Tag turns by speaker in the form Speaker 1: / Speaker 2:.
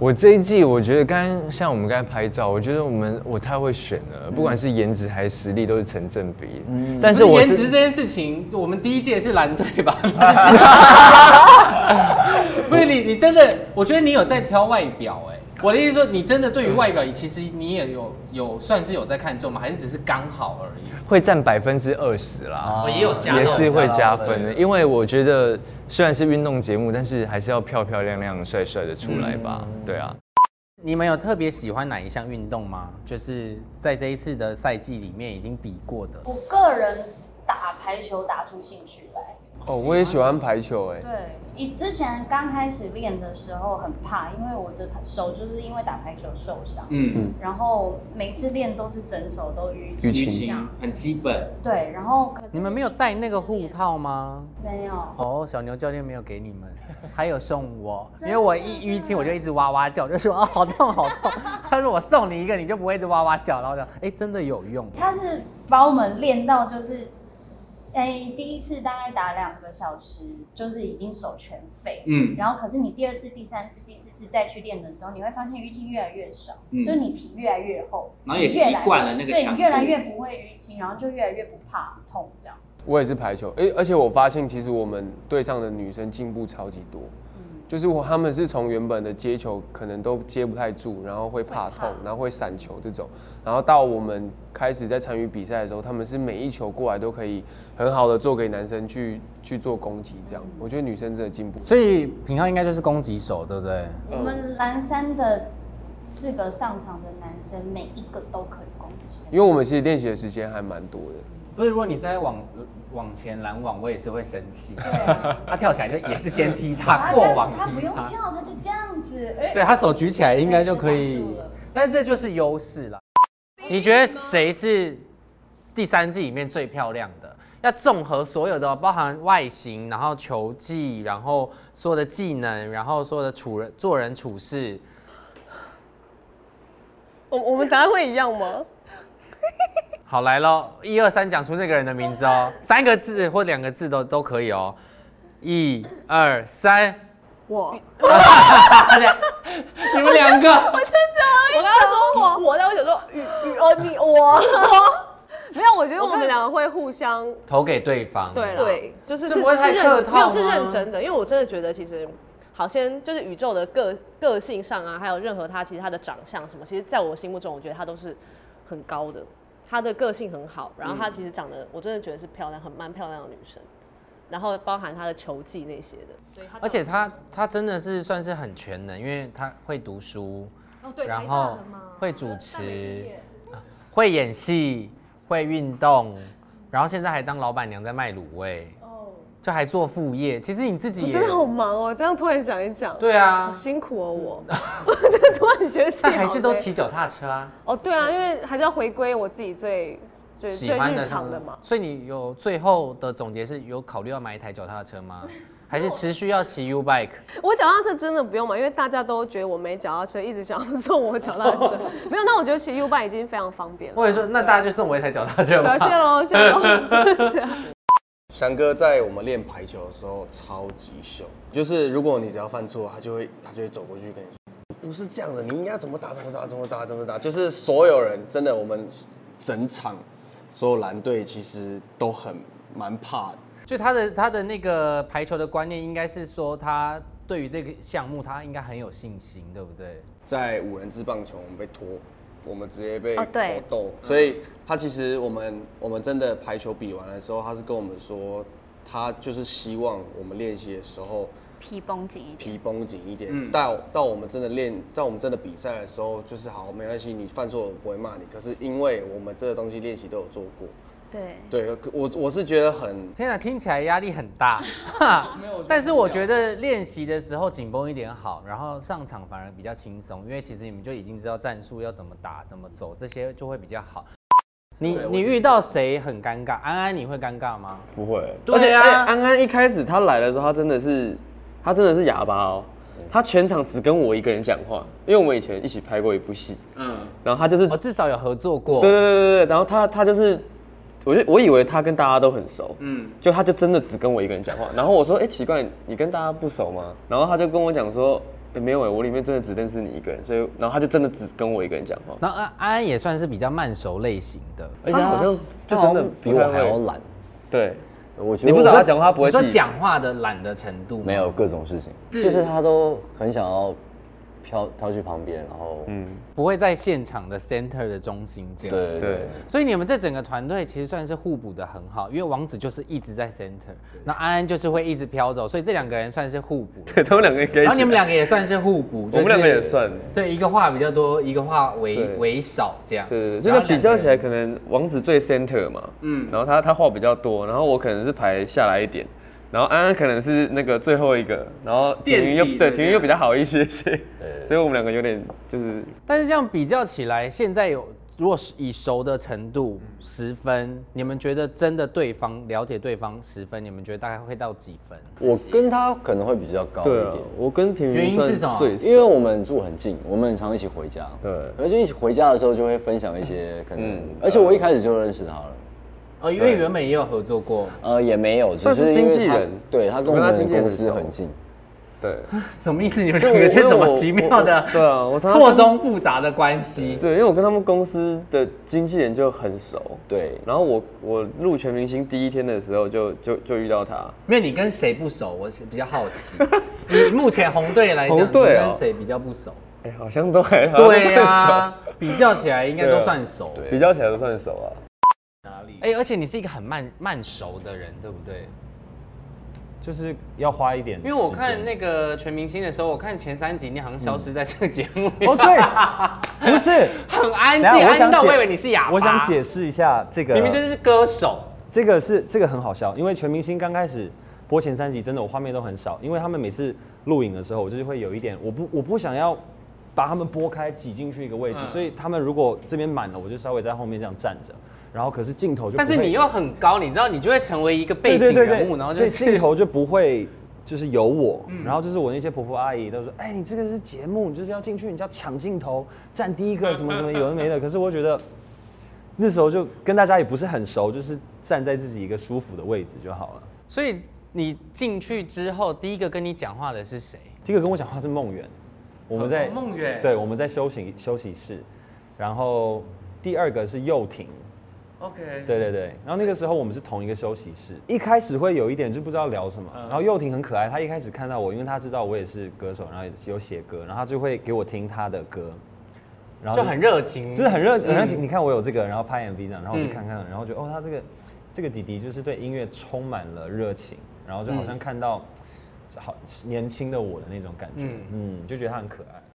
Speaker 1: 我这一季我觉得刚像我们刚才拍照，我觉得我们我太会选了，
Speaker 2: 嗯
Speaker 1: 不管是颜值还是实力都是成正比。但
Speaker 3: 嗯
Speaker 4: 但
Speaker 1: 是
Speaker 4: 是
Speaker 1: 我
Speaker 4: 颜
Speaker 1: 这
Speaker 4: 值这件事情，我们第一届是蓝队 吧？不是你，你真的，我觉得你有在挑外表哎、我的意思说，你真的对于外表，其实你也有有算是有在看重吗？还是只是刚好而已？
Speaker 1: 会占百分之二十啦，
Speaker 2: 哦
Speaker 5: 我也有加
Speaker 1: 哦也
Speaker 5: 到
Speaker 1: 是会加分的。
Speaker 5: 对
Speaker 1: 因为我觉得虽然是运动节目，但是还是要漂漂亮亮、帅帅的出来吧。
Speaker 2: 嗯
Speaker 1: 对啊，
Speaker 4: 你们有特别喜欢哪一项运动吗？就是在这一次的赛季里面已经比过的。
Speaker 6: 我个人打排球打出兴趣来。
Speaker 3: 哦，我也喜欢排球哎、
Speaker 6: 对，以之前刚开始练的时候很怕，因为我的手就是因为打排球受伤，
Speaker 4: 嗯，
Speaker 6: 然后每次练都是整手都
Speaker 3: 淤
Speaker 6: 淤青
Speaker 3: 青
Speaker 6: 这样。
Speaker 4: 很基本。
Speaker 6: 对，然后可是
Speaker 4: 你们没有戴那个护？套吗？
Speaker 6: 没有。
Speaker 4: 哦，小牛教练没有给你们， 还有送我，因为我一淤青我就一直哇哇叫，就说啊好痛好痛。他说我送你一个，你就不会一直哇哇叫。然后我想，哎、真的有用。
Speaker 6: 他是把我们练到就是，哎、第一次大概打两个小时，就是已经手全废。
Speaker 4: 嗯，
Speaker 6: 然后，可是你第二次、第三次、第四次再去练的时候，你会发现淤青越来越少，
Speaker 4: 嗯
Speaker 6: 就是你皮越来越厚，
Speaker 4: 然后也
Speaker 6: 你越来
Speaker 4: 习惯了那个
Speaker 6: 对
Speaker 4: 强
Speaker 6: 你
Speaker 4: 度
Speaker 6: 越来越不会淤青，然后就越来越不怕痛这样。
Speaker 3: 我也是排球。哎、而且我发现其实我们队上的女生进步超级多，
Speaker 6: 嗯，
Speaker 3: 就是我她们是从原本的接球可能都接不太住，然后会怕痛
Speaker 6: 会怕，
Speaker 3: 然后会闪球这种，然后到我们开始在参与比赛的时候，她们是每一球过来都可以很好的做给男生去去做攻击，这样、我觉得女生真的进步。
Speaker 4: 所以平常应该就是攻击手，对不对？
Speaker 6: 我们蓝山的四个上场的男生，每一个都可以攻击。
Speaker 3: 因为我们其实练习的时间还蛮多的，
Speaker 4: 不是，如果你在往往前拦网，我也是会生气。
Speaker 6: 对啊，
Speaker 4: 他跳起来就也是先踢
Speaker 6: 啊
Speaker 4: 他，过网
Speaker 6: 他不
Speaker 4: 踢
Speaker 6: 用
Speaker 4: 他。
Speaker 6: 跳，他就这样子。哎
Speaker 4: 对他手举起来应该就可
Speaker 6: 对
Speaker 4: 以
Speaker 6: 就挡住了，
Speaker 4: 但这就是优势啦。你觉得谁是第三季里面最漂亮的？要综合所有的哦，包含外形，然后球技，然后所有的技能，然后所有的处人做人处事。
Speaker 7: 我我们答案会一样吗？
Speaker 4: 好来喽，一二三，讲出那个人的名字哦，三个字或两个字都都可以哦。一二三，
Speaker 7: 我，
Speaker 4: 你们两个，
Speaker 7: 我刚刚说我，我但我想说雨雨
Speaker 8: 呃
Speaker 7: 哦 你 我，没有，我觉得我们两个会互相
Speaker 4: 投给对方。
Speaker 7: 对啦，
Speaker 8: 对，就是
Speaker 4: 这
Speaker 8: 是
Speaker 4: 不会
Speaker 8: 是
Speaker 4: 太客
Speaker 8: 认
Speaker 4: 套
Speaker 8: 没有是
Speaker 4: 吗
Speaker 8: 认真的，因为我真的觉得其实好先就是宇宙的个个性上啊，还有任何他其实他的长相什么，其实在我心目中我觉得他都是很高的，他的个性很好，然后他其实长得、我真的觉得是漂亮，很蛮漂亮的女生，然后包含她的球技那些的，对，
Speaker 4: 而且他他真的是算是很全能，因为他会读书，
Speaker 8: 哦对
Speaker 4: 然后会主持，会演戏，会运动，然后现在还当老板娘在卖卤味，
Speaker 8: 哦
Speaker 4: 就还做副业。其实你自己
Speaker 7: 我
Speaker 4: 也
Speaker 7: 真的好忙哦，这样突然讲一讲，
Speaker 4: 对啊嗯
Speaker 7: 好，辛苦哦我， 我真的突然觉得自 己
Speaker 4: 但
Speaker 7: 好
Speaker 4: 还是都
Speaker 7: 累
Speaker 4: 骑脚踏车啊，
Speaker 7: 哦，对啊，因为还是要回归我自己最最
Speaker 4: 喜
Speaker 7: 最
Speaker 4: 欢的
Speaker 7: 日
Speaker 4: 什么
Speaker 7: 常的嘛。
Speaker 4: 所以你有最后的总结是有考虑要买一台脚踏车 吗？还是持续要骑 U bike？
Speaker 7: 我脚踏车真的不用嘛，因为大家都觉得我没脚踏车，一直想要 送我脚踏 车。没有，那我觉得骑 U bike 已经非常方便了。
Speaker 4: 或者说那大家就送我一台脚踏车吧
Speaker 7: 对，。啊谢喽，谢喽。
Speaker 9: 翔哥在我们练排球的时候超级凶，就是如果你只要犯错，他就会他就会走过去跟你说，不是这样的，你应该怎么打怎么打怎么打怎么打，就是所有人真的我们整场所有蓝队其实都很蛮怕的。
Speaker 4: 就他的他的那个排球的观念，应该是说他对于这个项目，他应该很有信心，对不对？
Speaker 9: 在五人制棒球，我们被拖，我们直接被
Speaker 6: 哦对
Speaker 9: 口斗，所以他其实我们我们真的排球比完的时候，他是跟我们说，他就是希望我们练习的时候
Speaker 6: 皮绷紧一点。
Speaker 9: 皮绷紧一点，到到我们真的练，到我们真的比赛的时候，就是好，没关系，你犯错了我不会骂你，可是因为我们这个东西练习都有做过，
Speaker 6: 对。
Speaker 9: 对我我是觉得很
Speaker 4: 天哪，听起来压力很 大，哈。但是我觉得练习的时候紧绷一点好，然后上场反而比较轻松，因为其实你们就已经知道战术要怎么打、怎么走，这些就会比较好。你你遇到谁很尴尬？安安，你会尴尬吗？
Speaker 2: 不会，
Speaker 4: 对
Speaker 2: 而
Speaker 4: 啊
Speaker 2: 且、哎安安一开始他来的时候，他真的是，他真的是哑巴哦。
Speaker 4: 嗯
Speaker 2: 他全场只跟我一个人讲话，因为我们以前一起拍过一部戏，
Speaker 4: 嗯，
Speaker 2: 然后他就是，
Speaker 4: 我
Speaker 2: 对
Speaker 4: 至少有合作过。
Speaker 2: 对对对对，然后他他就是，我就我以为他跟大家都很熟，
Speaker 4: 嗯，
Speaker 2: 就他就真的只跟我一个人讲话。然后我说，哎、奇怪，你跟大家不熟吗？然后他就跟我讲说，欸没有哎、我里面真的只认识你一个人，所以然后他就真的只跟我一个人讲话，
Speaker 4: 然后安安安也算是比较慢熟类型的，
Speaker 9: 而且他
Speaker 2: 好像
Speaker 9: 就
Speaker 2: 他好像
Speaker 9: 真的比我还要懒。
Speaker 2: 对，
Speaker 9: 我觉
Speaker 2: 你
Speaker 9: 得
Speaker 2: 不
Speaker 9: 我
Speaker 2: 找他讲话他不会
Speaker 4: 你说
Speaker 2: 自己
Speaker 4: 讲话的懒的程度吗
Speaker 5: 没有各种事情，就是他都很想要飘飘去旁边，然后
Speaker 2: 嗯
Speaker 4: 不会在现场的 center 的中心这样。
Speaker 5: 对对
Speaker 2: 对
Speaker 4: 所以你们这整个团队其实算是互补的很好，因为王子就是一直在 center，那安安就是会一直飘走，所以这两个人算是互补。
Speaker 2: 对他们两个应该一起来，
Speaker 4: 然后你们两个也算是互补，
Speaker 2: 我们两个也算，
Speaker 4: 对，一个话比较多，一个话为
Speaker 2: 对
Speaker 4: 为少这样。
Speaker 2: 对对对，
Speaker 4: 然
Speaker 2: 就
Speaker 4: 后
Speaker 2: 是比
Speaker 4: 两个
Speaker 2: 较起来，
Speaker 4: 人
Speaker 2: 可能王子最 center 嘛，嗯，然后他他话比较多，然后我可能是排下来一点，然后安安可能是那个最后一个，然后庭云又对庭云又比较好一些些，所以我们两个有点就是
Speaker 4: 但是这样比较起来，现在有如果是以熟的程度十分，你们觉得真的对方了解对方十分，你们觉得大概会到几分？
Speaker 5: 我跟他可能会比较高一
Speaker 2: 对啊
Speaker 5: 点，，
Speaker 2: 我跟庭
Speaker 4: 原
Speaker 2: 云
Speaker 4: 因
Speaker 2: 算
Speaker 4: 是什么
Speaker 2: 最
Speaker 5: 因为我们住很近，我们很常一起回家，
Speaker 2: 对
Speaker 5: 可是就一起回家的时候就会分享一
Speaker 2: 嗯
Speaker 5: 些可能，而且我一开始就认识他了。
Speaker 4: 哦，因为原本也有合作过，
Speaker 5: 呃，也没有，只
Speaker 2: 算是
Speaker 5: 因为
Speaker 2: 经纪
Speaker 5: 他
Speaker 2: 人
Speaker 5: 对他跟
Speaker 2: 我
Speaker 5: 我
Speaker 2: 跟他
Speaker 5: 们
Speaker 2: 经纪人
Speaker 5: 公
Speaker 2: 很
Speaker 5: 司
Speaker 2: 熟
Speaker 5: 很近，
Speaker 2: 对
Speaker 4: 什么意思？你们
Speaker 2: 就
Speaker 4: 两
Speaker 2: 我
Speaker 4: 个是
Speaker 2: 因为
Speaker 4: 什么
Speaker 2: 我
Speaker 4: 奇妙的
Speaker 2: 我？对啊我常常
Speaker 4: 错综复杂的关系。
Speaker 2: 对，因为我跟他们公司的经纪人就很熟，
Speaker 5: 对，
Speaker 2: 然后我我入全明星第一天的时候就就就遇到他，
Speaker 4: 因为你跟谁不熟，我是比较好奇。以目前红队来讲，
Speaker 2: 红队哦
Speaker 4: 你跟谁比较不熟？
Speaker 2: 哎，好像都还好像都
Speaker 4: 对啊
Speaker 2: 算
Speaker 4: 呀，比较起来应该
Speaker 2: 对啊
Speaker 4: 都算熟。
Speaker 2: 熟比较起来都算熟啊，
Speaker 4: 哎、而且你是一个很慢慢熟的人，对不对？
Speaker 10: 就是要花一点。
Speaker 4: 因为我看那个全明星的时候，我看前三集你好像消
Speaker 10: 嗯
Speaker 4: 失在这个节目里、
Speaker 10: 哦， 对，不是，
Speaker 4: 很安静，
Speaker 10: 等一下我
Speaker 4: 安静
Speaker 10: 想
Speaker 4: 到
Speaker 10: 解
Speaker 4: 我以为你是哑巴。
Speaker 10: 我想解释一下这个，
Speaker 4: 明明就是歌手，
Speaker 10: 这个是这个很好笑，因为全明星刚开始播前三集，真的我画面都很少，因为他们每次录影的时候，我就是会有一点，我不我不想要把他们拨开挤进去一个位置，
Speaker 4: 嗯
Speaker 10: 所以他们如果这边满了，我就稍微在后面这样站着，然后可是镜头就不
Speaker 4: 但是
Speaker 10: 会
Speaker 4: 你又很高，你知道你就会成为一个背景
Speaker 10: 对
Speaker 4: 人物，
Speaker 10: 对对对
Speaker 4: 然后嗯
Speaker 10: 所
Speaker 4: 就
Speaker 10: 以镜
Speaker 4: 是
Speaker 10: 头就不会就是有我，然后就是我那些婆婆阿姨都说，哎、你这个是节目，你就是要进去，你就要抢镜头，站第一个什么什么有的没的。可是我觉得那时候就跟大家也不是很熟，就是站在自己一个舒服的位置就好了。
Speaker 4: 所以你进去之后，第一个跟你讲话的是谁？
Speaker 10: 第一个跟我讲话是梦圆，我们在
Speaker 4: 哦梦圆
Speaker 10: 对，我们在休息休息室，然后第二个是幼婷。OK，对对对，然后那个时候我们是同一个休息室，一开始会有一点就不知道聊什么，
Speaker 4: 嗯
Speaker 10: 然后幼婷很可爱，她一开始看到我，因为她知道我也是歌手，然后也有写歌，然后她就会给我听她的歌，然后
Speaker 4: 就很嗯热情，
Speaker 10: 就是很热，很热情。你看我有这个，然后拍 MV 这样，然后
Speaker 4: 嗯
Speaker 10: 我就看看，然后就哦，他这个这个弟弟就是对音乐充满了热情，
Speaker 4: 嗯
Speaker 10: 然后就好像看到好年轻的我的那种感觉，嗯，就觉得他很可爱。